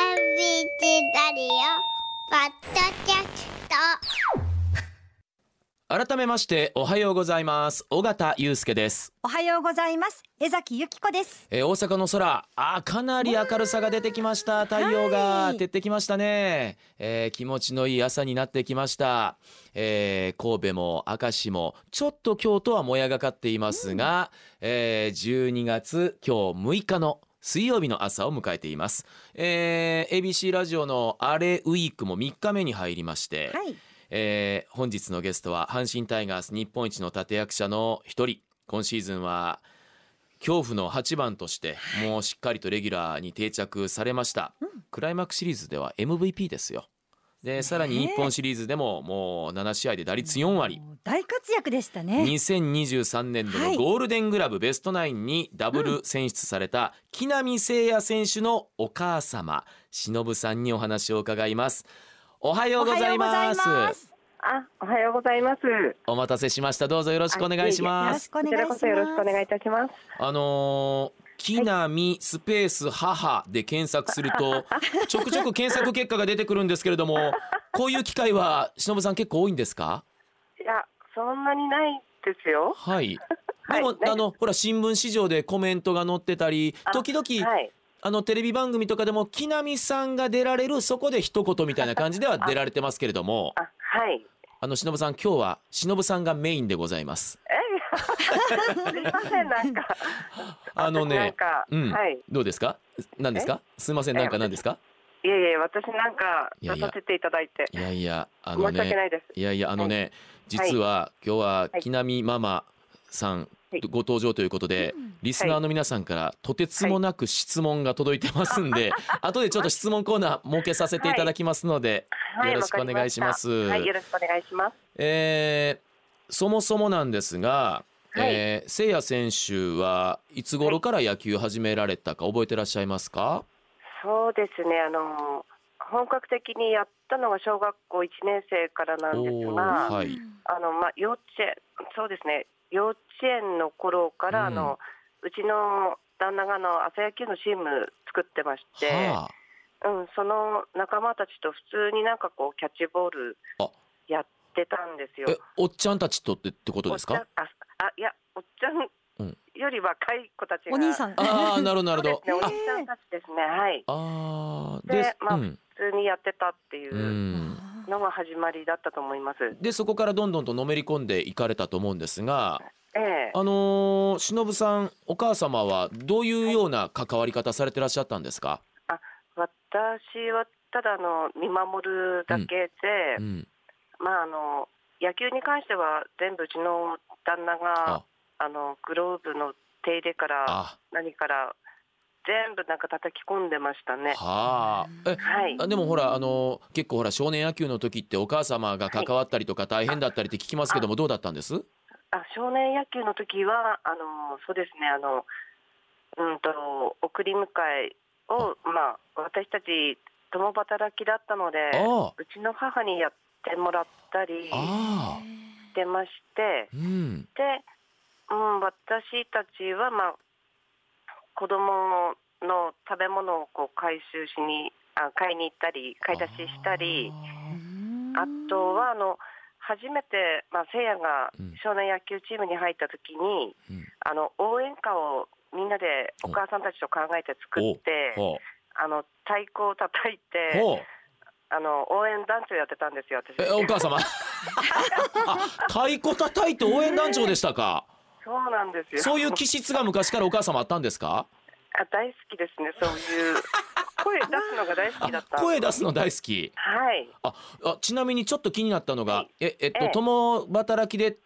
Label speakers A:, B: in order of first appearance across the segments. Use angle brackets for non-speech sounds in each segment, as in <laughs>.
A: チラリオポッドキャスト
B: 改めましておはようございます尾形祐介です、
C: おはようございます。江崎由紀子です。
B: えー、大阪の空あーかなり明るさが出てきました太陽
C: は
B: が
C: い
B: 照ってきましたね、えー、気持ちのいい朝になってきました、えー、神戸も明石もちょっと今日とはもやがかっていますが、えー、12月今日6日の水曜日の朝を迎えています、えー、ABC ラジオのあれウィークも3日目に入りまして、
C: はい。
B: えー本日のゲストは阪神タイガース日本一の立役者の一人今シーズンは恐怖の8番としてもうしっかりとレギュラーに定着されました、クライマックスシリーズでは MVP ですよでさらに日本シリーズでももう7試合で打率4割
C: もう大活躍でしたね。
B: 2023年度の
C: はい
B: ゴールデングラブベストナインにダブル選出された木浪誠也選手のお母様忍さんにお話を伺いますおはようございます
C: おはようございます。
D: あ、おはようございます。よ
B: お待たせしました。どうぞよろしくお願いし
C: よ
B: ま
C: ろ
B: す。
C: しくお願いし
D: こちら
C: ま
D: こ
C: す。
D: そよろしくお願いいたします。
B: あのー木南スペース母で検索する
D: <laughs>
B: と、ちょくちょく検索結果が出てくるんですけれども、こういう機会は忍さん結構多いんですか？
D: いや、そんなにないですよ。
B: はい。
D: は
B: で
D: い
B: も、
D: ない
B: あのほら新聞市場でコメントが載ってたり、
D: あ
B: 時々あ,、
D: はい。
B: のテレビ番組とかでも木南さんが出られるそこで一言みたいな感じでは出られてますけれども、
D: あ、はい。
B: あの忍さん今日は忍さんがメインでございます。
D: え、 <laughs> すいません、なんか。
B: あの
D: 私なん
B: ね、
D: か、
B: うん、
D: はい。
B: どうですか？何ですか？すいません、なんか何ですか？
D: いやいや、私なんか
B: い
D: 出
B: やいや
D: させていただいて。
B: いやいや、あ
D: 申し
B: の
D: 訳
B: ね、
D: ないです。
B: いやいや、あのね、実は今日は木南ママさん
D: はい
B: ご登場ということで、
C: うん
B: リスナーの皆さんからとてつもなく質問が届いてますんで、 <laughs> 後でちょっと質問コーナー設けさせていただきますので、
D: はい、
B: よろしくお願いします
D: わかりしたはい、よろしくお願いします。
B: えーそもそもなんですが、
D: はい
B: えー、聖也選手はいつ頃から野球始められたか覚えてらっしゃいますか、
D: そうですね、あの、本格的にやったのが小学校1年生からなんです
B: おー
D: が、
B: はい
D: あのまあ幼稚園そうですね幼稚園の頃から、
B: うん
D: あのうちの旦那があの朝野球のチーム作ってまして、
B: は
D: うんその仲間たちと普通になんかこうキャッチボール
B: あ
D: やってたんです
B: あ、え
D: よ。、
B: おっちゃんたちとってってことです
D: おっ
B: か
D: ちゃんああいやおっちゃ
B: うん
D: んより若い子たちが、
C: お兄さん。
B: ああ、なるほど、な
D: そ
B: る
D: う
B: ほど
D: です。ねお
C: あ
D: 兄さんたちですねはい
B: ああ、
D: で
B: で、
D: まあ
B: うん、。
D: 普通にやってたっていううん
C: あー
D: のが始まりだったと思います。
B: でそこからどんどんとのめり込んでいかれたと思うんですが、
D: ええ
B: あのー、忍さんお母様はどういうような関わり方されてらっしゃったんですか、
D: 私はただあの見守るだけで、
B: うん、
D: まあ、あの野球に関しては全部うちの旦那が
B: あ
D: あのグローブの手入れから
B: あ
D: 何から全部なんか叩き込んでましたね。
B: はあえ
D: はい
B: あでもほらあのー結構ほら少年野球の時ってお母様が関わったりとか大変だったりって聞きますけどもどうだったんです
D: あ少年野球の時はあのそうですねあのうんと送り迎えをまあ私たち共働きだったので
B: あ
D: うちの母にやってもらったり
B: あああ
D: してまして。
B: うん
D: で、うん、私たちは、まあ、子供の食べ物をこう回収しにあ買いに行ったり買い出ししたりあとはあの初めて、まあ、せいやが
B: うん
D: 少年野球チームに入った時に、
B: うん
D: あの応援歌をみんなでお母さんたちと考えて作って
B: ほ
D: あの太鼓を叩いうて
B: ほう
D: あの応援団長やってたんですよ私
B: えお母様あ太鼓叩いて応援団長でしたか
D: そうなんですよ
B: そういう気質が昔からお母様あったんですか
D: あ大好きですねそういう
B: <laughs>
D: 声出すのが大好きだ
B: あ
D: った
B: 声出すの大好き
D: はい
B: あちなみにちょっと気になったのが、
D: はい
B: ええっと、
D: ええ
B: 共働きでっ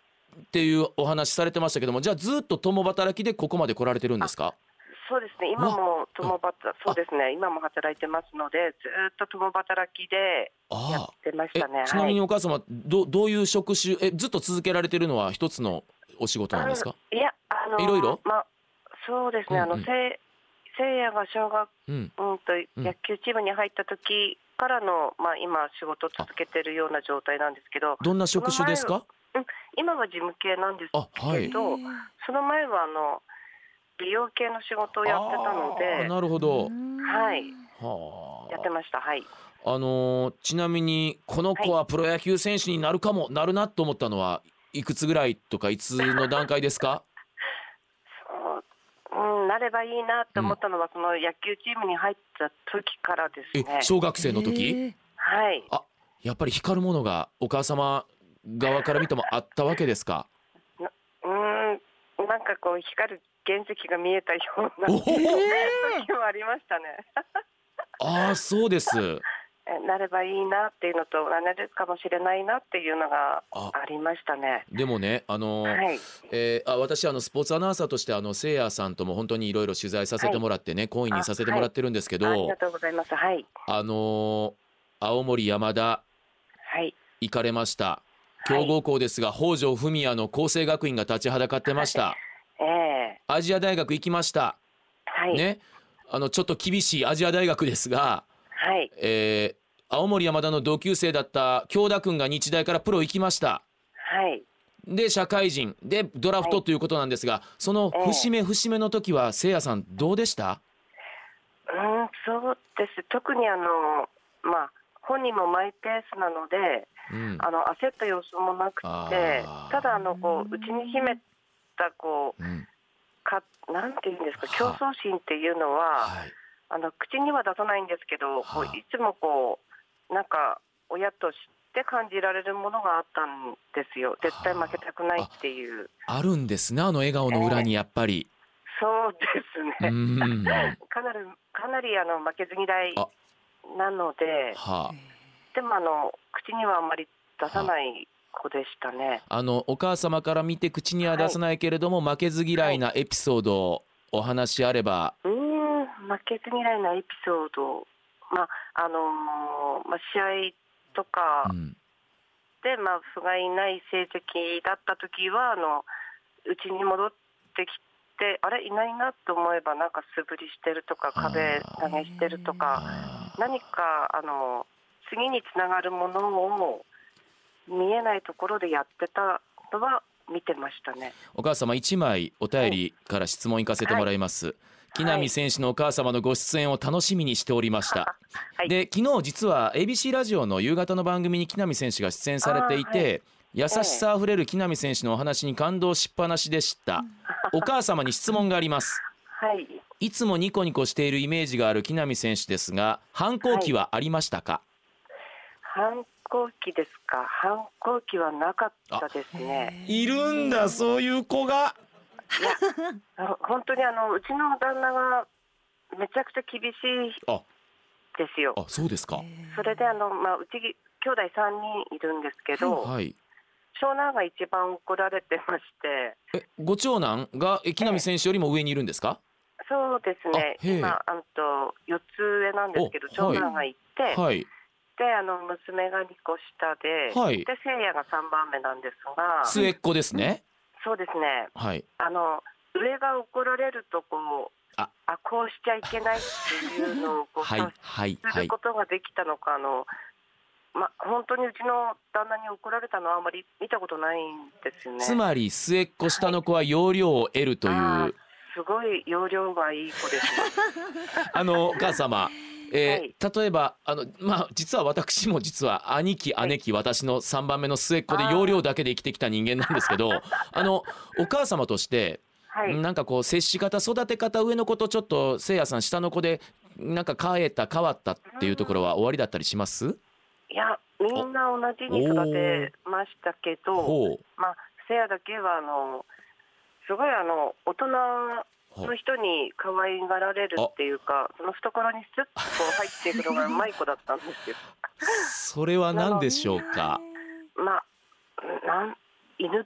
B: ていうお話されてましたけどもじゃあずっと共働きでここまで来られてるんですか
D: そうですね今も共働そうですね今も働いてますのでずーっと共働きでや
B: ああ
D: ってまし
B: え
D: たね
B: ちなみに
D: は
B: お母様どどういう職種えずっと続けられてるのは一つのお仕事なんですか、
D: い、いやあの
B: いろいろ
D: まあそうですね、
B: うんうん
D: あのせせいやが小学
B: うん、
D: うんと
B: うん
D: 野球チームに入った時からの、まあ今仕事を続けてるような状態なんですけど
B: どんな職種ですか
D: 今は事務系なんです
B: あは
D: え
B: い
D: っとその前はあの美容系の仕事をやってたの
B: あー
D: で
B: なるほど
C: うん
D: はい
B: は
D: やってました。はい。
B: あのーちなみにこの子ははプロ野球選手になるかも、なるなと思ったのはいくつぐらいとかいつの段階です
D: <laughs>
B: か
D: うん、なればいいなって思ったのは、その野球チームに入った時からです
B: え
D: ね。
B: 小学生の
C: へ
B: 時
C: ー
D: はい。
B: やっぱり光るものがお母様側から見てもあったわけですか
D: うん、なんかこう光る原石が見えたような
B: おお
D: 時もありましたね。
B: ああそうです
D: えなればいいなっていうのと、なれるかもしれないなっていうのが
B: あ
D: ありましたね。
B: でもねあのー
D: はい。
B: えーあ私あのスポーツアナウンサーとしてあのせいやさんとも本当にいろいろ取材させてもらってね、懇意にさせてもらってるんですけど、
D: ありがとうございます。はい。
B: あのー青森山田
D: はい。
B: 行かれました
D: はい
B: 強豪校ですが、北条文也の厚生学院が立ちはだかってました
D: ええ
B: アジア大学行きました、
D: はい。
B: ねあのちょっと厳しいアジア大学ですが、
D: はい。
B: えー青森山田の同級生だった京田君が日大からプロ行きました
D: はい。
B: で社会人でドラフトということなんですが、その
D: ええ
B: 節目節目の時はせいやさんどうでした、
D: うん、そうです。特にあの、まあ、本人もマイペースなので、
B: うん、
D: あの焦った様子もなく
B: あ
D: て
B: ー、
D: ただあのこう内に秘めたこう
B: うん
D: かなんていうんですか、
B: は
D: 競争心っていうのは、
B: はい
D: あの口には出さないんですけど、こう
B: はい
D: いつもこうなんか親として感じられるものがあったんですよ。絶対負けたくないっていう。
B: あるんですねあの笑顔の裏にやっぱり、
D: そうですね。 <laughs>
B: うんは
D: かなりかなりあの負けず嫌い
B: あ
D: なので。
B: あ
D: でもあの口にはあんまり出さない子でしたね。
B: あのお母様から見て口には出さないけれども、負けず嫌いなエピソードをお話しあれば、
D: うーん、負けず嫌いなエピソード、まああのーまあ、試合とか
B: うん
D: で、まあ、不甲斐ない成績だった時はあのうちに戻ってきてあれいないなと思えばなんか素振りしてるとか
B: あー
D: 壁投げしてるとか
B: あー
D: 何かあの次につながるものを見えないところでやってたのは見てましたね。
B: お母様一枚お便りから質問行かせてもらいます、木
D: は
B: 南
D: い
B: 選手のお母様のご出演を楽しみにしておりました、
D: はい
B: で昨日実は ABC ラジオの夕方の番組に木南選手が出演されていて、優しさあふれる木南選手のお話に感動しっぱなしでした、お母様に質問があります
D: はい、
B: いつもニコニコしているイメージがある木南選手ですが反抗期はありましたか、
D: 反抗期ですか反抗期はなかったですね
B: い、るんだそういう子が
D: あの本当にあのうちの旦那がめちゃくちゃ厳しい
B: あ
D: ですよ
B: あそうですか
D: それであの、まあ、うち兄弟3人いるんですけど、
B: はい
D: 長男が一番怒られてまして
B: えご長男がえ木南選手よりも上にいるんですか、
D: そうですね
B: あへえ
D: 今あのと4つ上なんですけど
B: お
D: 長
B: はい
D: 男がいて、
B: はい
D: であの娘が2個下で、
B: はい
D: でせいやが3番目なんですが
B: 末っ子ですね、
D: そうですね
B: はい
D: あの上が怒られるとこう
B: あ
D: あこうしちゃいけないっていうのをこう
B: はい
D: 察
B: はい
D: す
B: は
D: る
B: い
D: ことができたのか、あのま本当にうちの旦那に怒られたのはあまり見たことないんですよね。
B: つまり末っ子下の子は容量を得るという、
D: あーすごい容量がいい子で
B: <laughs>
D: すね。
B: あのお母様、
D: は
B: え
D: い
B: ー例えばあのまあ実は私も実は兄貴
D: はい
B: 姉貴私の3番目の末っ子で
D: あー
B: 容量だけで生きてきた人間なんですけ
D: <laughs>
B: どあのお母様として
D: はい、
B: なんかこう接し方育て方上の子とちょっとせいやさん下の子でなんか変えた変わったっていうところは終わりだったりします
D: いやみんな同じに育てましたけど、
B: ほう
D: まあ、せやだけはあのすごいあの大人
B: ほう
D: の人に可愛がられるっていうかその懐にスッとこう入っていくのがうまい子だったんですよ。
B: それは何でしょうか
D: まあ、なん、犬年。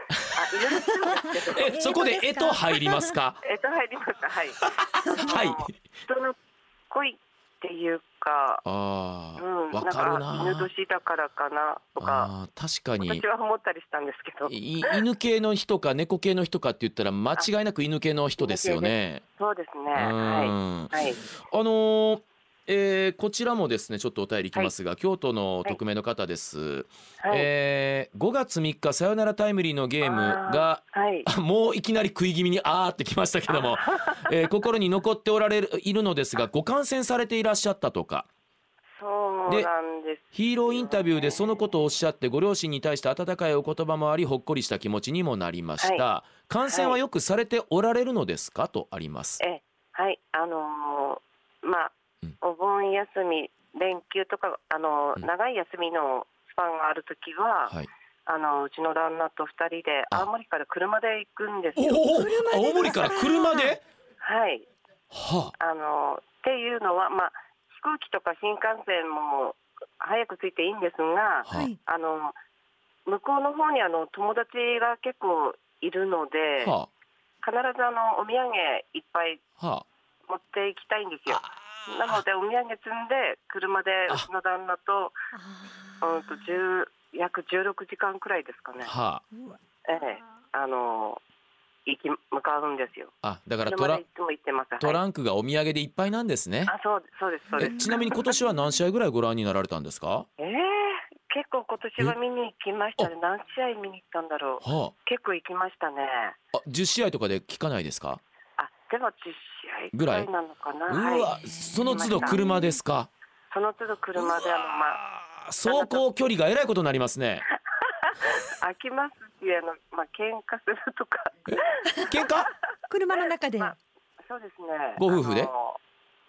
D: <laughs> あ、犬年なんで
B: <laughs>
D: すけど。
B: えそこで「え」と入りますか
D: えっと、入りました。はい。
B: はい
D: 人の恋っていうか。
B: あ
D: う
B: ー
D: ん、
B: わかる
D: んか犬
B: な
D: 年だからかなとか。
B: あー確かに
D: 私は思ったりしたんですけど。
B: い犬系の人か猫系の人かって言ったら間違いなく犬系の人ですよね。
D: そうですね。
B: うん
D: はい。はい。
B: あのーえーこちらもですねちょっとお便りいきますが、京都の匿名の方です、
D: はい、
B: えー5月3日さよならタイムリーのゲームが <laughs>
D: はい、
B: あもういきなり食い気味にあーってきましたけど
D: <laughs>
B: も、えー心に残っておられるいるのですがご感染されていらっしゃったとか
D: そうなんです。
B: ヒーローインタビューでそのことをおっしゃってご両親に対して温かいお言葉もありほっこりした気持ちにもなりました、感染はよくされておられるのですかとあります、
D: ええはい、あのーまあ、
B: うん
D: お盆休み、連休とか、あのー
B: うん
D: 長い休みのスパンがあるときは、
B: はい、
D: あのうちの旦那と2人で
B: あ
D: 青森から車で行くんです
B: お
D: よ。
B: お青森から車で
D: はい、
B: は
D: あのーっていうのは、まあ、飛行機とか新幹線も早く着いていいんですが
B: あ、はあ
C: はい
D: あの向こうの方にあの友達が結構いるので、
B: は
D: 必ずあのお土産いっぱい
B: あは
D: 持っていきたいんですよ
B: あ。
D: なのでお土産積んで車で
B: あ
D: うちの旦那とうんと10約16時間くらいですかね、
B: は
D: ええ、あの行き向かうんですよ。
B: ああだからト
D: 車
B: ラ
D: でいつも行ってます。
B: ト
D: はい、
B: ランクがお土産でいっぱいなんですね
D: あそうそうですそうで
B: え
D: す。
B: ちなみに今年は何試合ぐらいご覧になられたんですか
D: ええ結構今年は見に行きましたね。何試合見に行ったんだろう。
B: は
D: 結構行きましたね。
B: ああ10試合とかで聞かないですか
D: あでも10試合ぐらいなのかな。
B: う
D: は
B: わ
D: い。
B: その都度車ですか
D: その都度車であのま
B: あー
D: あ
B: 走行距離がえらいことになりますね
D: 飽きますしあのまあ喧嘩するとか。
B: <laughs> 喧嘩
C: 車の中で。
D: まあそうですね。
B: ご夫婦で
D: あの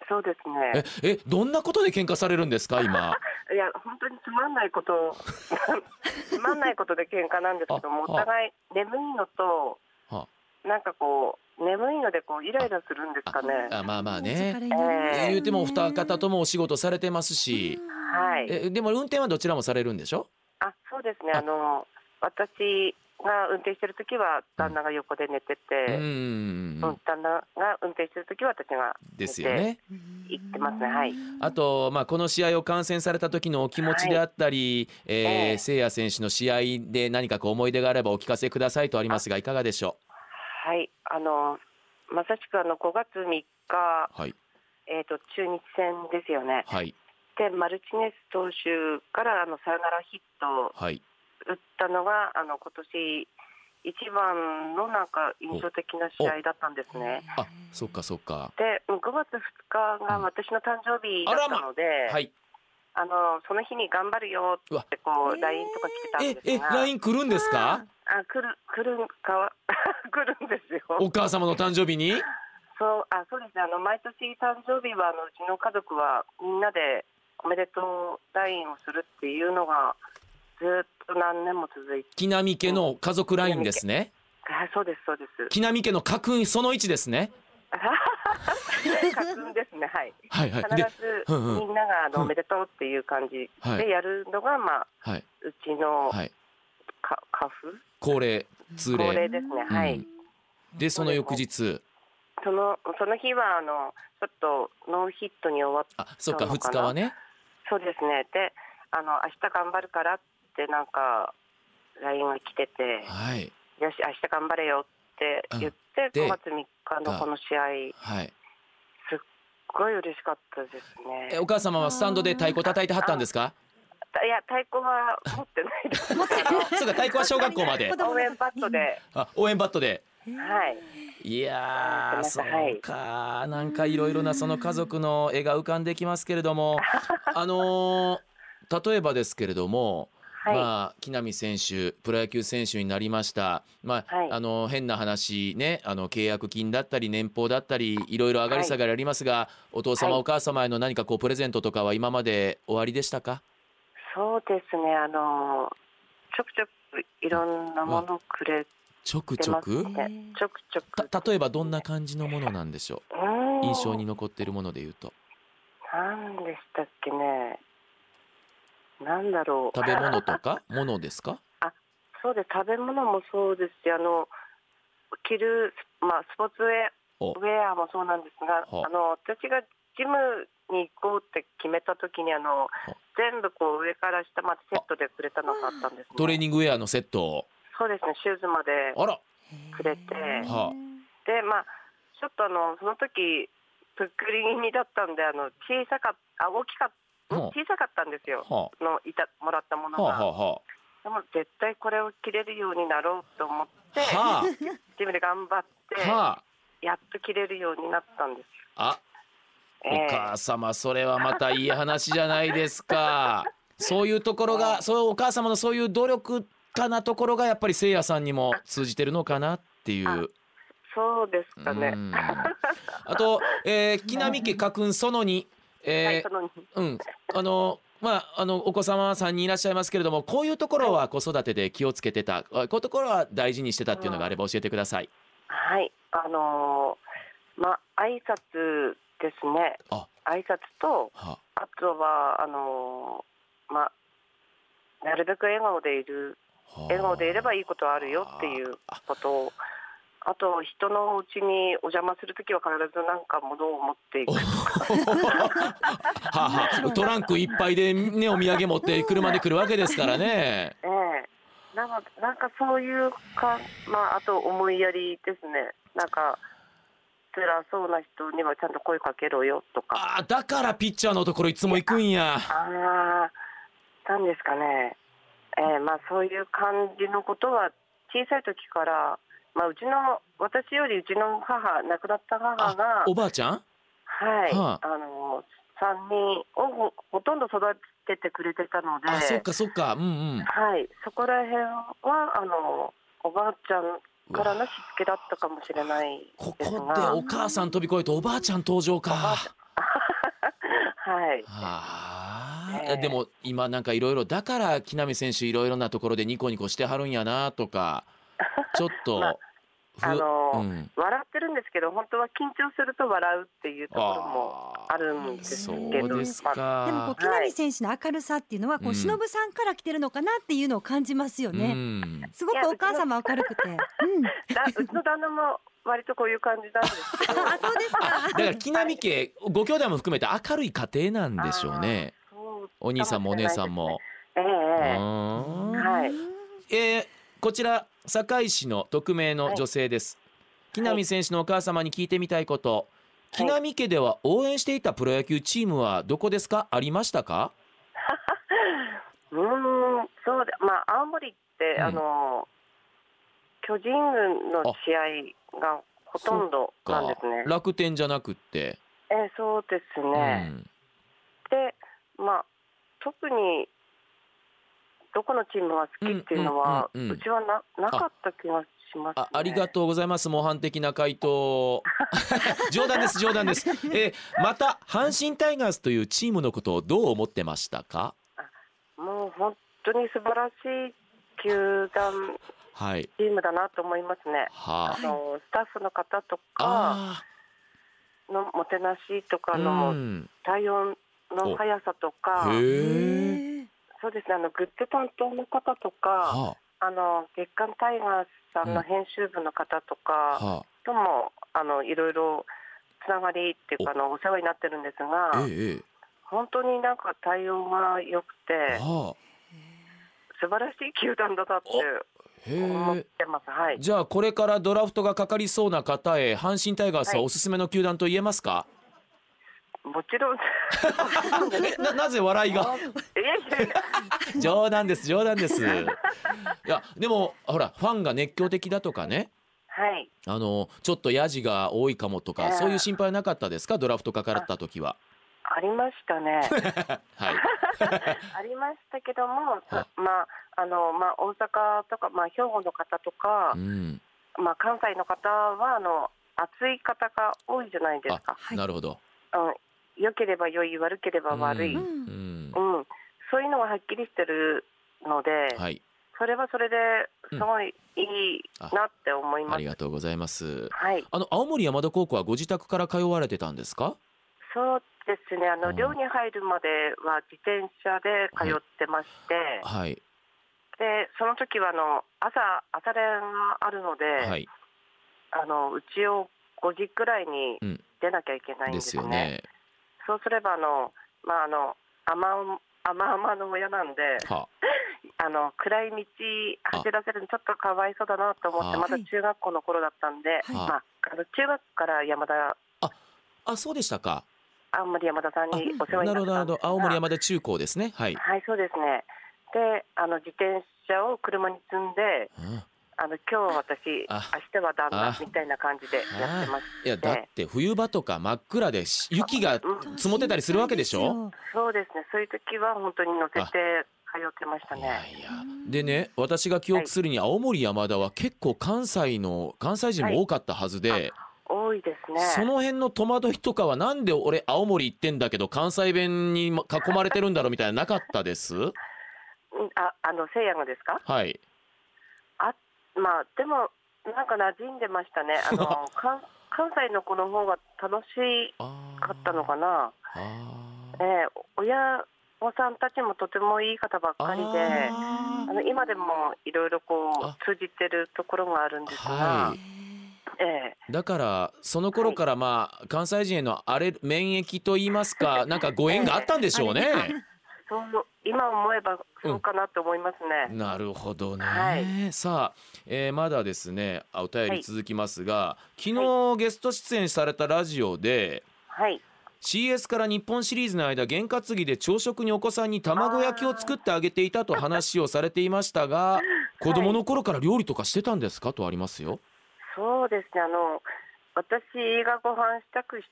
D: そうですね。
B: ええどんなことで喧嘩されるんですか今
D: いや本当につまんないこと、
B: <laughs>
D: つまんないことで喧嘩なんですけども、
B: あ
D: お互い眠いのと
B: は、
D: なんかこう眠いのでこうイライラするんですかね。
B: あまあまあ
C: お疲
B: ね
C: れになりますね
B: 言うてもお二方ともお仕事されてますし
D: はい。
B: えでも運転はどちらもされるんでしょ
D: あ、そうですね。
B: あ
D: あの私が運転してる時は旦那が横で寝て
B: う
D: て、
B: ん
D: うん、旦那が運転してる時は私が
B: ですよね
D: 行ってますね。はい。
B: あと、まあ、この試合を観戦された時のお気持ちであったり、え
D: え
B: ー、
D: え
B: 聖也選手の試合で何かこう思い出があればお聞かせくださいとありますがいかがでしょ
D: はい。あのまさしくあの5月3日、
B: うはい
D: えっ、と中日戦ですよね。
B: はい
D: でマルチネス投手からあのサヨナラヒットを
B: はい
D: 打ったのがあの今年一番のなんか印象的な試合だったんですね。
B: あそっかそっか
D: でうん5月2日が私の誕生日だったので、
B: はい
D: あのその日に頑張るよってこ
C: うわ
D: う LINE とか来てたん
B: え
D: ですが、
B: え LINE 来るんですか
D: あ来る来るんかわ <laughs> 来るんですよ。
B: お母様の誕生日に
D: そうあそうですねあの毎年誕生日はあのうちの家族はみんなでおめでとう LINE をするっていうのがずっと何年も続いて <laughs>
B: 木南家の家族 LINE ですね
D: あそうですそ
B: <laughs>
D: うです
B: 木南家の家訓その1ですね
C: <laughs>
D: 家訓ですねはい
B: はいはい
D: 必
B: で
D: ず
B: うんうん
D: みんながあ
B: うん
D: のおめでとうっていう感じ
B: は
D: で
B: い
D: やるのがまあ
B: はいう
D: ちの
B: はい
D: か家父
B: 恒例通
D: 恒
B: 例
D: 例ですね
B: うん
D: はい、
B: でその翌日
D: そのその日はあのちょっとノーヒットに終わっ
B: あそっか2日はね
D: そうですねであの明日頑張るからってなんか LINE が来てて
B: はい
D: 「よし明日頑張れよ」って言
B: う
D: って、
B: んで
D: 5月3日のこの試合
B: はい
D: すごい嬉しかったです
B: え
D: ね
B: お母様はスタンドで太鼓叩いてはったんですか
D: いや太鼓は持ってないです
B: そうか太鼓は小学校
D: <laughs>
B: まで
C: 子供の
D: 応援バットで
B: あ応援バットで
D: はい
B: いやーそ
D: ごめんなさいう
B: かなんかいろいろなその家族の絵が浮かんできますけれどもあのー例えばですけれども
D: はい、
B: まあ木浪選手プロ野球選手になりました、まあ
D: はい
B: あの変な話ねあの契約金だったり年俸だったりいろいろ上がり下がりありますが、お父様、
D: はい
B: お母様への何かこうプレゼントとかは今まで終わりでしたか
D: そうですねあのちょくちょくいろんなものくれ
B: ちょくち
D: て
B: ょ
D: ます
B: く
D: ねちょくちょく
B: た例えばどんな感じのものなんでしょ
D: うーん
B: う印象に残っているもので言うと
D: 何でしたっけねなんだろう
B: 食べ物とかものですか
D: そうです食べ物もそうですしあの着る、まあ、スポーツウェ
B: お
D: アウェアもそうなんですが
B: は
D: あの私がジムに行こうって決めた時にあの全部こう上から下までセットでくれたのがあったんです、ね、
B: トレーニングウェアのセットを
D: そうですねシューズまで
B: あら
C: へー
D: くれて
B: は
D: でまあちょっとあのその時ぷっくり気味だったんであの小さかっあ大きかっ
B: う
D: ん
B: ん
D: 小さかったんですよ
B: は
D: のいたもらったもの
B: あ、はあ、
D: が
B: は
D: でも絶対これを切れるようになろうと思って
B: あ、は
D: 自分で頑張
B: あ、は
D: って
B: あ。
D: やっと切れるようになったんです
B: あ、お
D: ええ
B: 母様、それはまたいい話じゃないですか。そういうところが、そう、お母様のそういう努力家なところが、やっぱりせいやさんにも通じてるのかなっていう。
D: そうですかね
B: うんあと、えー、木南家家訓その2。
D: は
B: え
D: いその
B: ー、うん、あの。まあ、あのお子様さんにいらっしゃいますけれどもこういうところは子育てで気をつけてたあこういうところは大事にしてたっていうのがあれば教えてください。
D: はいあのーまあ挨拶ですね
B: あ
D: 挨拶と
B: は
D: あとはあのーまあなるべく笑顔でいる
B: は
D: 笑顔でいればいいことはあるよっていうことをあと人のうちにお邪魔するときは必ずなんか物を持っていく
B: おはあはあトランクいっぱいでねお土産持って車で来るわけですから <laughs> ね。
D: ええなんかなんかそういうかまああと思いやりですねなんか辛そうな人にはちゃんと声かけろよとか
B: ああだからピッチャーのところいつも行くんや。
D: ああなんですかねええまあそういう感じのことは小さい時からまあうちの私よりうちの母亡くなった母
B: あ
D: が
B: おばあちゃん？
D: はい、
B: は
D: あ、の3人をほほとんど育ててくれてたので、
B: あそっかそっかうんうん。
D: はい、そこら辺はあのおばあちゃんからのしつけだったかもしれない
B: こ
D: ですが、
B: こでお母さん飛び越えておばあちゃん登場か。
D: はい、
B: あ
D: え
B: あ
D: え
B: でも今なんかいろいろだから木浪選手いろいろなところでニコニコしてはるんやなと
D: <laughs>
B: かちょっと、
D: まあ
B: ふ
D: あの
B: うん、
D: 笑ってるんですけど、本当は緊張すると笑うっていうところも
B: ー
D: あるんです
B: そ
D: けど、
B: うです
D: ま
B: か。
D: あ
C: でもこう木
D: はい
C: 南選手の明るさっていうのはこ
B: うん
C: う忍さんから来てるのかなっていうのを感じますよ
B: う
C: ね。
B: ん
C: すごくお母様明るくて。うん。
D: だうちの旦那も割とこういう感じなんで
B: <laughs>
D: すけど、
C: あ、そうですか。
B: だから木南家、ご兄弟も含めて明るい家庭なんでしょうね。
D: そう
B: お兄さんもお姉さんも。
D: ええ
B: う
D: ええ
B: ーん
D: はい
B: えーこちら堺市の匿名の女性です。木南選手のお母様に聞いてみたいこと。
D: い
B: 木南家では応援していたプロ野球チームはどこですかありましたか
D: うーん、そうで、まあ、青森って、
B: うん
D: あの。巨人軍の試合がほとんどなんですね。
B: 楽天じゃなくって。
D: えー、そうです
B: う
D: ね。
B: ん
D: で、まあ、特に。どこのチームが好きっていうのは、
B: うんうんうんうん
D: うちはな、なかった気がします、ね
B: あありがとうございます模範的な回答 <laughs> 冗談です冗談です、えーまた阪神タイガースというチームのことをどう思ってましたか
D: もう、本当に素晴らしい球団、
B: はい
D: チームだなと思いますね。
B: は
D: あの、スタッフの方と
B: あ
D: か、
B: あ
D: のもてなしとか
B: ー
D: の。
B: うん
D: 対応の速さとか、
B: へえ
C: へえ。
D: そうですね、あのグッズ担当の方とか、
B: は
D: あの月刊タイガースさん
B: うん
D: の編集部の方と
B: あ
D: か
B: は
D: とも、あのいろいろつながりっていうか、あのお世話になってるんです
B: あ
D: が、
B: ええ
D: 本当になんか対応が良くて、
B: はあ
D: 素晴らしい球団だなって思っ
B: へえ
D: てます。はい、
B: じゃあこれからドラフトがかかりそうな方へ阪神タイガース
D: は
B: はいおすすめの球団と言えますか、
D: もちろん、い <laughs>
B: えななぜ笑いが
D: やいやいや、
B: 冗談です冗談ですいやでもほらファンが熱狂的だとかね
D: はい、
B: あのちょっとヤジが多いかもとか、
D: ええ
B: そういう心配はなかったですかドラフトかかった時
D: <laughs>
B: は。
D: ありまし
B: <laughs>
D: たね。
B: はい、
D: ありましたけども、
B: は
D: まああのまあ、大阪とか、まあ、兵庫の方とか
B: う、ん、
D: まあ、関西の方はあの熱い方が多いじゃないですか。
B: あなるほど。
D: うん、良ければ良い悪ければ悪い、
B: う
D: うんん
B: うん
D: そういうのがはっきりしてるので、
B: はい
D: それはそれですごいいいなって思いま
B: あ
D: す。
B: りがとうございます。
D: はい、
B: あの青森山田高校はご自宅から通われてたんですか
D: そうですねあ
B: う
D: の
B: ん
D: 寮に入るまでは自転車で通ってまして、
B: はい
D: でその時はあの朝朝練があるので、
B: はい
D: あのうちを5時くらいに
B: うん
D: 出なきゃいけないん
B: で
D: ですす
B: よ
D: ね
B: ね。
D: そうすればあの、まあ、あの甘々甘々の親なんで
B: は
D: あの暗い道走らせるのちょっとかわいそうだなと思って
B: あ
D: まだ中学校の頃だったんで、
B: い
D: まあ、あの中学から山田
B: あ、そうでしたか。
D: 青森山田さん
B: あ、
D: にお世話
B: な
D: に
B: る
D: なっ
B: ほど、なるほ
D: たんで
B: ど
D: す。が
B: 青森山田中高ですね。はい。
D: はい、そうですね。で、あの自転車を車に積んで、
B: うん
D: あの今日私、
B: あ
D: 明日は旦
B: あ
D: 那みたいな感じでやってまし、
B: いや、だってて冬場とか真っ暗でし雪が
D: うん
B: 積もってたりするわけでしょ。
D: そうですね。そういう時は本当に乗せて通ってました
B: いや
D: ね。
B: いや。でね、私が記憶するに青森山田は結構関西の関西人も多かったはずで、
D: 多いですね。
B: その辺の戸惑いとかはなんで俺青森行ってんだけど関西弁に囲まれてるんだろうみたいななかったです。
D: うんあ、あの西洋のですか？
B: はい。
D: あ、まあでもなんか馴染んでまし
B: <laughs>
D: たね。あの関関西の子の方が楽し
B: あー
D: かったのかな。
B: あー
D: ええ親御さんたちもとてもいい方ばっかりで。
B: あ
D: あの今でもいろいろこ
B: あ
D: う通じてるところがあるんですが、
B: は
D: ええ
B: だからその頃からまあ関西人へのあれ免疫と言いますかなんかご縁があったんでし
D: <laughs>
B: ょうね。
D: そう今思えばそうかなと思いますね。
B: なるほどね。
D: は
B: さあ、えーまだですねあお便り続きますが、昨
D: は
B: 日ゲスト出演されたラジオで。
D: はい、
B: CS から日本シリーズの間験担ぎで朝食にお子さんに卵焼きを作ってあげていたと話をされていました
D: <laughs>
B: が子供の頃から料理とかしてたんですかとありますよ。
D: そうですねあの私がご飯支度し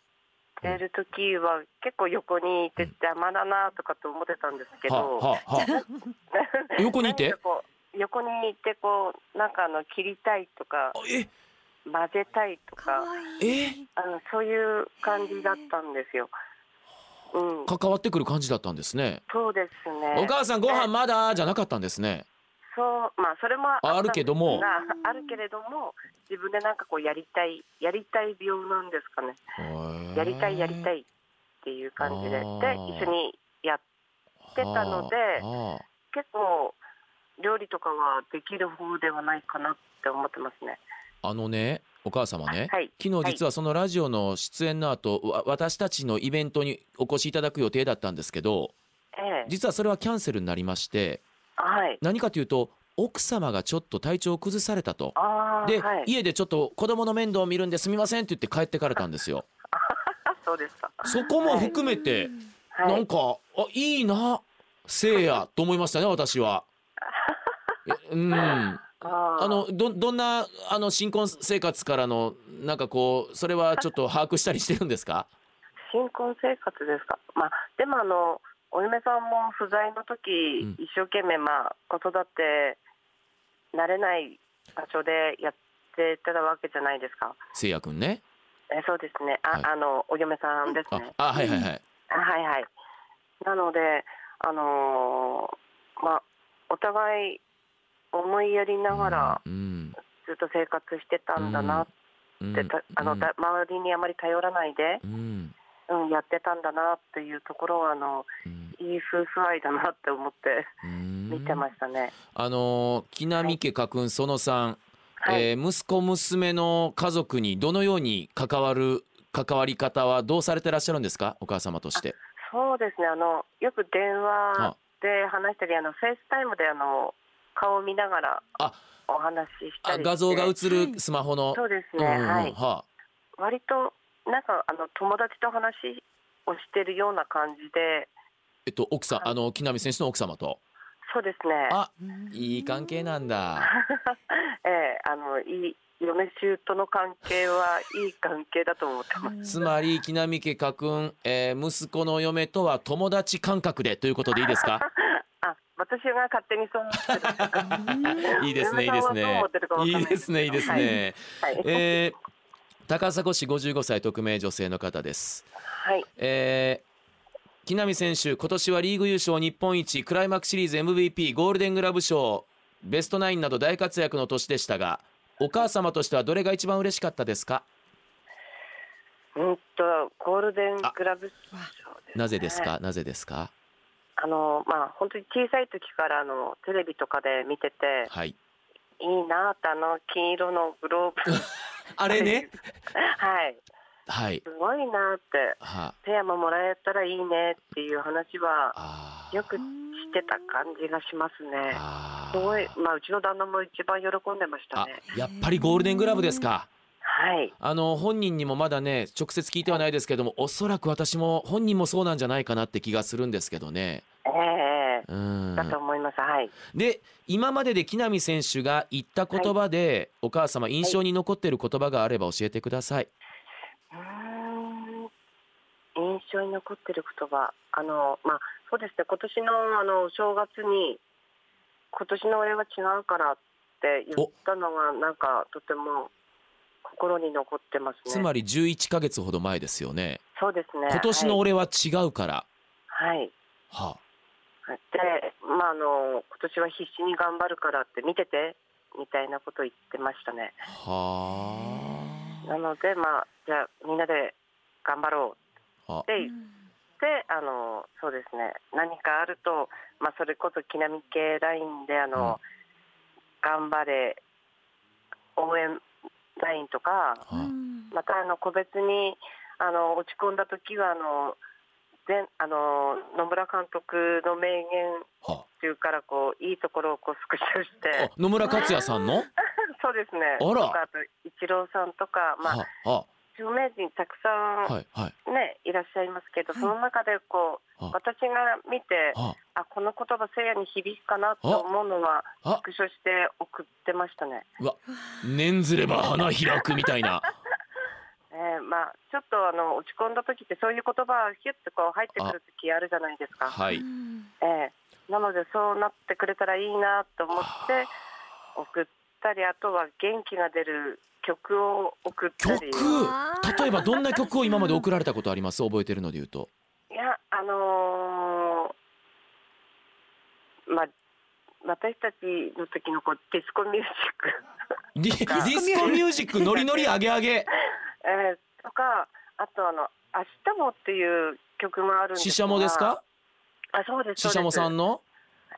D: てる時は結構横にいて邪魔だなとかと思ってたんですけ
B: はあ
D: ど、
B: はあはあ横にいて
D: <laughs> なんかこう横にいてこうなんかあの切りたいと <laughs> か
B: え
D: 混ぜたいと
C: か
D: か
C: わいい。
B: え
D: あのそういう感じだったんですよ。うん、
B: 関わってくる感じだったんですね。
D: そうですね。
B: お母さんご飯まだじゃなかったんですね。
D: そうまあそれもったんですが
B: あるけども
D: あるけれども自分でなんかこうやりたいやりたい病なんですかねやりたいやりた
B: い
D: いっていう感じでで
B: あー
D: 一緒にやってたので
B: はあ
D: 結構料理とかはできる方ではないかなって思ってますね
B: あのねお母様ね、
D: はい
B: 昨日
D: はい
B: 実はそのラジオの出演の後、わ私たちのイベントにお越しいただく予定だったんですけど
D: ええ
B: 実はそれはキャンセルになりまして
D: はい
B: 何かというと奥様がちょっと体調を崩されたと。
D: ああ
B: で、
D: はい
B: 家でちょっと子供の面倒を見るんですみませんって言って帰ってかれたんですよ。
D: あそうですか
B: そこも含めて、
D: は
B: ないんかあいいなせい
D: <laughs>
B: やと思いましたね私は。えうん。
D: あー
B: あのどどんなあの新婚生活からのなんかこうそれはちょっと把握したりしてるんですか？
D: 新婚生活ですかまあでもあのお嫁さんも不在の時、
B: うん
D: 一生懸命まあ子育て慣れない場所でやってたわけじゃないですか
B: せいやくんね。
D: えそうですねあ、
B: はい
D: あのお嫁さんです
B: あ
D: ね
B: あはいはいはい。
D: はいはいなのであのーまあお互い思いやりながら
B: うん。
D: ずっと生活してたんだなっ
B: うん
D: て、たあの
B: うん
D: だ周りにあまり頼らないで、
B: うん
D: うん、やってたんだなっていうところはあの
B: うん
D: いい夫婦愛だなって思って
B: うん
D: 見てましたね。
B: あの木南家家訓そのさん、
D: はい、
B: えー息子娘の家族にどのように関わる関わり方はどうされてらっしゃるんですかお母様として。
D: そうですね。あのよく電
B: あ
D: 話で話したり、あのフェイスタイムであの顔を見ながら
B: あ
D: お話しした
B: あ
D: りして、
B: 画像が映
C: は
B: る
C: い
B: スマホの。
D: そうです
B: うん
D: ね。
B: うんうん
D: はい。
B: は
D: 割となんかあの友達と話をしてるような感じで、
B: あえっと奥さんあの木南選手の奥様と。
D: そうですね。
B: あいい関係なんだ。
D: ええあのいい嫁姑の関係はいい関係だと思ってます。
B: つまり木南家家訓、えー息子の嫁とは友達感覚でということでいいですか
D: <laughs> あ、私が勝手に
B: <laughs>
D: そう思ってる。
B: いいですねいいです
D: 嫁さんはどう
B: ね
D: 思ってるかわかん
B: い
D: ないい
B: ですねいいです
D: はい
B: ね、
D: はい。
B: えー高砂市55歳匿名女性の方です、
D: はい。
B: えー、木南選手今年はリーグ優勝日本一クライマックスシリーズ MVP ゴールデングラブ賞ベストナインなど大活躍の年でしたがお母様としてはどれが一番嬉しかったですか
D: うんとゴールデングラブ賞ね
B: なぜですかなぜですか
D: あのまあ本当に小さい時からあのテレビとかで見てて
B: はい
D: いいなってあの金色のグロ
B: <laughs>
D: ーブ
B: あれね
D: はい
B: はい
D: すごいなって
B: は
D: ペアももらえたらいいねっていう話は
B: あー
D: よくしてた感じがしますね
B: あー
D: すごいまあうちの旦那も一番喜んでました
B: あ
D: ね
B: やっぱりゴールデングラブですか。
D: はい。
B: あの本人にもまだね直接聞いてはないですけどもおそらく私も本人もそうなんじゃないかなって気がするんですけどね。
D: ええ
B: うん
D: だと思います。はい。
B: で今までで木浪選手が言った言葉で、お母様印象に残っている言葉があれば教えてください。
D: うーん印象に残ってる言葉あのまあそうですね今年のあの正月に今年の俺は違うからって言ったのがなんかとても心に残ってますね
B: つまり11ヶ月ほど前ですよね。
D: そうですね
B: 今年の俺は違うから。
D: はい、はい
B: は
D: でまああの今年は必死に頑張るからって見ててみたいなこと言ってましたね
B: あ、は
D: なのでまあじゃあみんなで頑張ろ
B: ああ
D: うってであのそうですね何かあると、まあ、それこそ木南系ラインであの、頑張れ応援ラインとか
B: は
D: またあの個別にあの落ち込んだ時はあの全あの野村監督の名言
B: は
D: 中からこういいところをこうスクショし
B: あ
D: て
B: 野村克也さんの
D: そうですね
B: あら
D: とかあとイチローさんとか、まあ、
B: はあ
D: 著名人たくさん、
B: はいはい
D: ねいらっしゃいますけど、
C: はい
D: その中でこう
B: あ
D: 私が見て
B: は
D: あこの言葉せいやに響くかなと思うのは
B: あ
D: スクショして送ってましたね、
B: 念ずれば花開くみたいな。
D: えーまあ、ちょっとあの落ち込んだ時ってそういう言葉ヒュッとこう入ってくる時あるじゃないですか、
B: はい。
D: えーなのでそうなってくれたらいいなと思って送ったりあとは元気が出る曲を送ったり
B: 曲例えばどんな曲を今まで送られたことあります覚えてるので言うと。
D: いやあのーまあ私たちの時のこうディスコミュージ
B: ディ
D: ック <laughs>
B: ディスコミュージックノリノリアゲアゲ
D: えーとかあとあの「明日も」っていう曲もあるんです
B: し
D: が
B: しゃもですか
D: あそうです
B: ししゃもさん
D: の
B: の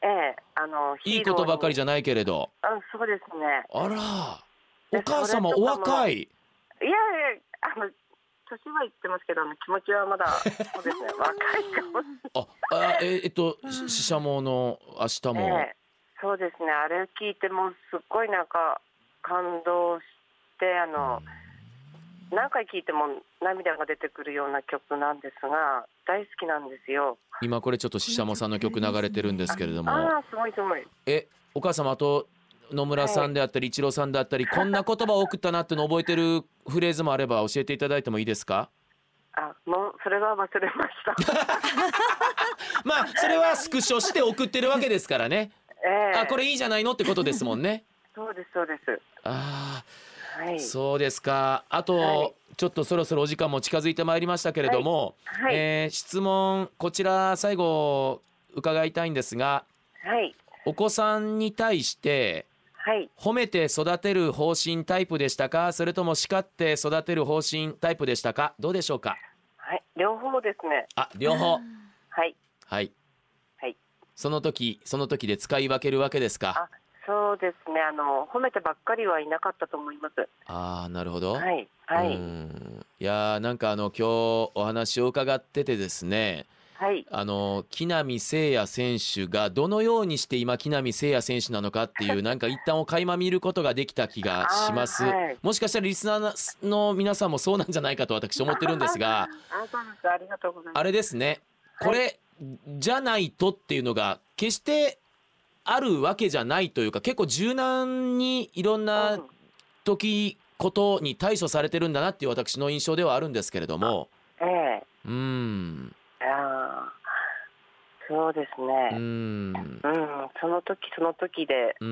D: ええあの
B: いいことばかりじ
D: ゃ
B: ゃないけれど
D: あそうですね
B: あら
D: で
B: お母
D: それとか
B: 様
D: も
B: お若
D: <laughs>
B: い
D: いやいやあの年は言ってますけどあの気持ちはまだそうで
B: <laughs>
D: すね若いかもし
B: ああええっとししゃもの明日
D: れな
B: も
D: い、ええそうですねあれ聞いてもうすっごいなんか感動してあの何回聞いても涙が出てくるような曲なんですが大好きなんですよ
B: 今これちょっとししゃもさんの曲流れてるんですけれども
D: ああすごいすごい
B: えお母様と野村さんであったり一郎さんであ
D: <laughs>
B: ったりこんな言葉を送ったなっていうの覚えてるフレーズもあれば教えていただいてもいいです
D: <laughs>
B: か
D: あもうそれは忘れま
B: <laughs>
D: した。
B: まあそれはスクショして送ってるわけですからね
D: <laughs> ええ
B: あこれいいじゃないのってことですもん
D: <laughs>
B: ね
D: そうですそうです。
B: ああ
D: はい
B: そうですか。あと、
D: はい
B: ちょっとそろそろお時間も近づいてまいりましたけれども、
D: はい、
B: えー質問こちら最後伺いたいんですが、
D: はい
B: お子さんに対して
D: はい。
B: 褒めて育てる方針タイプでしたか、それとも叱って育てる方針タイプでしたか、どうでしょうか。
D: はい両方ですね。
B: あ、両方。
D: はい
B: はい。
D: はい。
B: その時その時で使い分けるわけですか。
D: あそうですねあの褒めてばっかりはいなかったと思います。
B: ああー、なるほど。
D: はいは
B: う
D: い
B: んいやーなんかあの今日お話を伺っててですね。
D: はい
B: あの木浪誠也選手がどのようにして今木浪誠也選手なのかって
D: <laughs>
B: いうなんか一旦を垣間見ることができた気がします、
D: あーはい
B: もしかしたらリスナーの皆さんもそうなんじゃないかと私思ってるんですが
D: あそうですありがとうございま
B: あれですねこれじゃないとっていうのが決してあるわけじゃないというか結構柔軟にいろん
D: す。
B: な
D: うん
B: 時ことに対処されてるんだなっていう私の印象ではあるんですけれども
D: え
B: うーん
D: えあーそうです
B: うーん
D: ね。うん、その時その時で、
B: うーん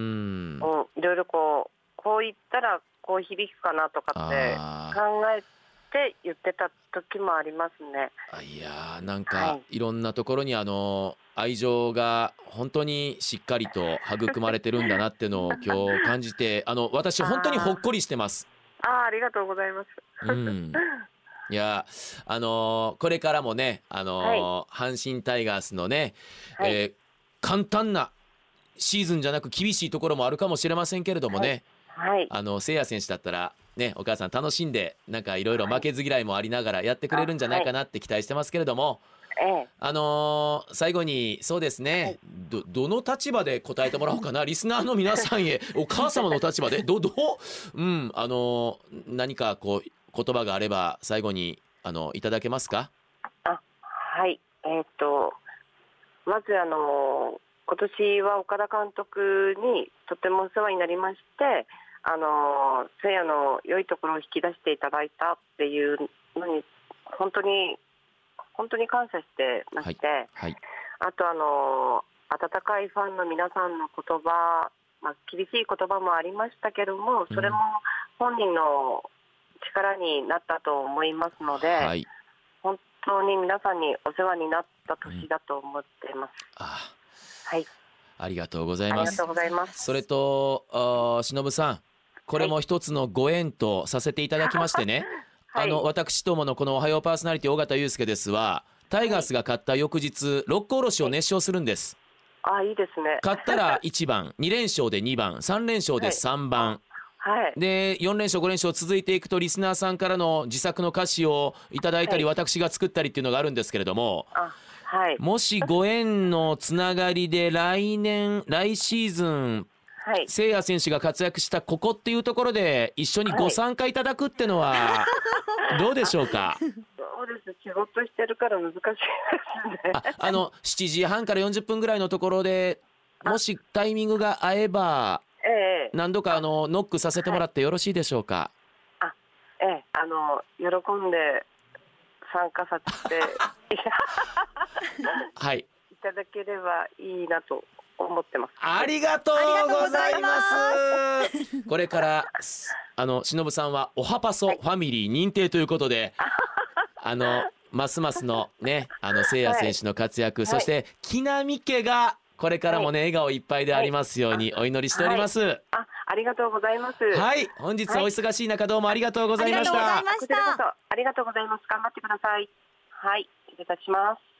D: うん、いろいろこうこう言ったらこう響くかなとかって
B: あー
D: 考えて言ってた時もありますね。
B: あいやーなん
D: は
B: か
D: い
B: いろんなところにあの愛情が本当にしっかりと育まれてるんだなってのを今日感じてあの私本当にほっこりしてます。
D: ああ、ありがとうございます。
B: うん、いやーあのーこれからもねあのー阪神タイガースのね、
D: はい
B: えー簡単なシーズンじゃなく厳しいところもあるかもしれませんけれどもね、
D: はい。
B: あの聖也選手だったらねお母さん楽しんでなんかいろいろ負けず嫌いもありながらやってくれるんじゃないかなって期待してますけれども。
D: ええ。
B: あのー最後にそうですね、どどの立場で答えてもらおうかなリスナーの皆さん
D: <laughs>
B: へお母様の立場でどどう、うん、あの何かこう言葉があれば最後にあのいただけますか
D: はい、えっ、と、まずあの、今年は岡田監督にとてもお世話になりまして、あの、せいやの良いところを引き出していただいたっていうのに、本当に、本当に感謝してまして、
B: はい
D: あとあの、温かいファンの皆さんの言葉、まあ、厳しい言葉もありましたけども、それも本人の力になったと思いますので、
B: はい
D: 本当に皆さんにお世話になった年だと思ってます。
B: あ
D: はい、
B: ありがとうござい
D: あり
B: ま
D: が
B: す
D: とうございます。
B: それとあー忍さんこれも一つのご縁とさせていただきましてね、
D: <laughs> はい、
B: あの私どものこの「おはようパーソナリティ」尾形祐介ですはタイガースが勝った翌日六甲おろしを熱唱するんです
D: あ、いいですね。
B: 勝ったら1番2連勝で2番3連勝で3番、
D: はい、
B: で4連勝5連勝続いていくとリスナーさんからの自作の歌詞をいただいたり、
D: は
B: 私が作ったりっていうのがあるんですけれども
D: あ、はい、
B: もしご縁のつながりで来年来シーズン
D: はい、
B: 聖也選手が活躍したここっていうところで一緒に
D: は
B: ご
D: い
B: 参加いただくっての
D: <laughs>
B: はどうでしょうか
D: そうです。仕事してるから難しいですね。
B: ああの7時半から40分ぐらいのところでもしタイミングが合えば
D: ええ
B: 何度かあのノックさせてもらってよろしいでしょうか、
D: ええあの、喜んで参加させて
B: はい
D: いただければいいなと思ってます。
B: ありがとうございま
C: あ
B: す。 <laughs> これから、すあの、しのぶさんは、おはパソファミリー認定ということで、 <laughs> あの、ますますのね、あの、せいや選手の活躍、
D: はい
B: そして、木南家が、これからもね、笑顔いっぱいでありますようにお祈りしております。はい、
D: あ、ありがとうございます。
B: 本日はお忙しい中、どうもありがとうございまし
C: ありがとうござい
B: た
C: ま。し
D: こち
C: た
D: らこそありがとうございます。頑張ってください。はい、失礼いたします。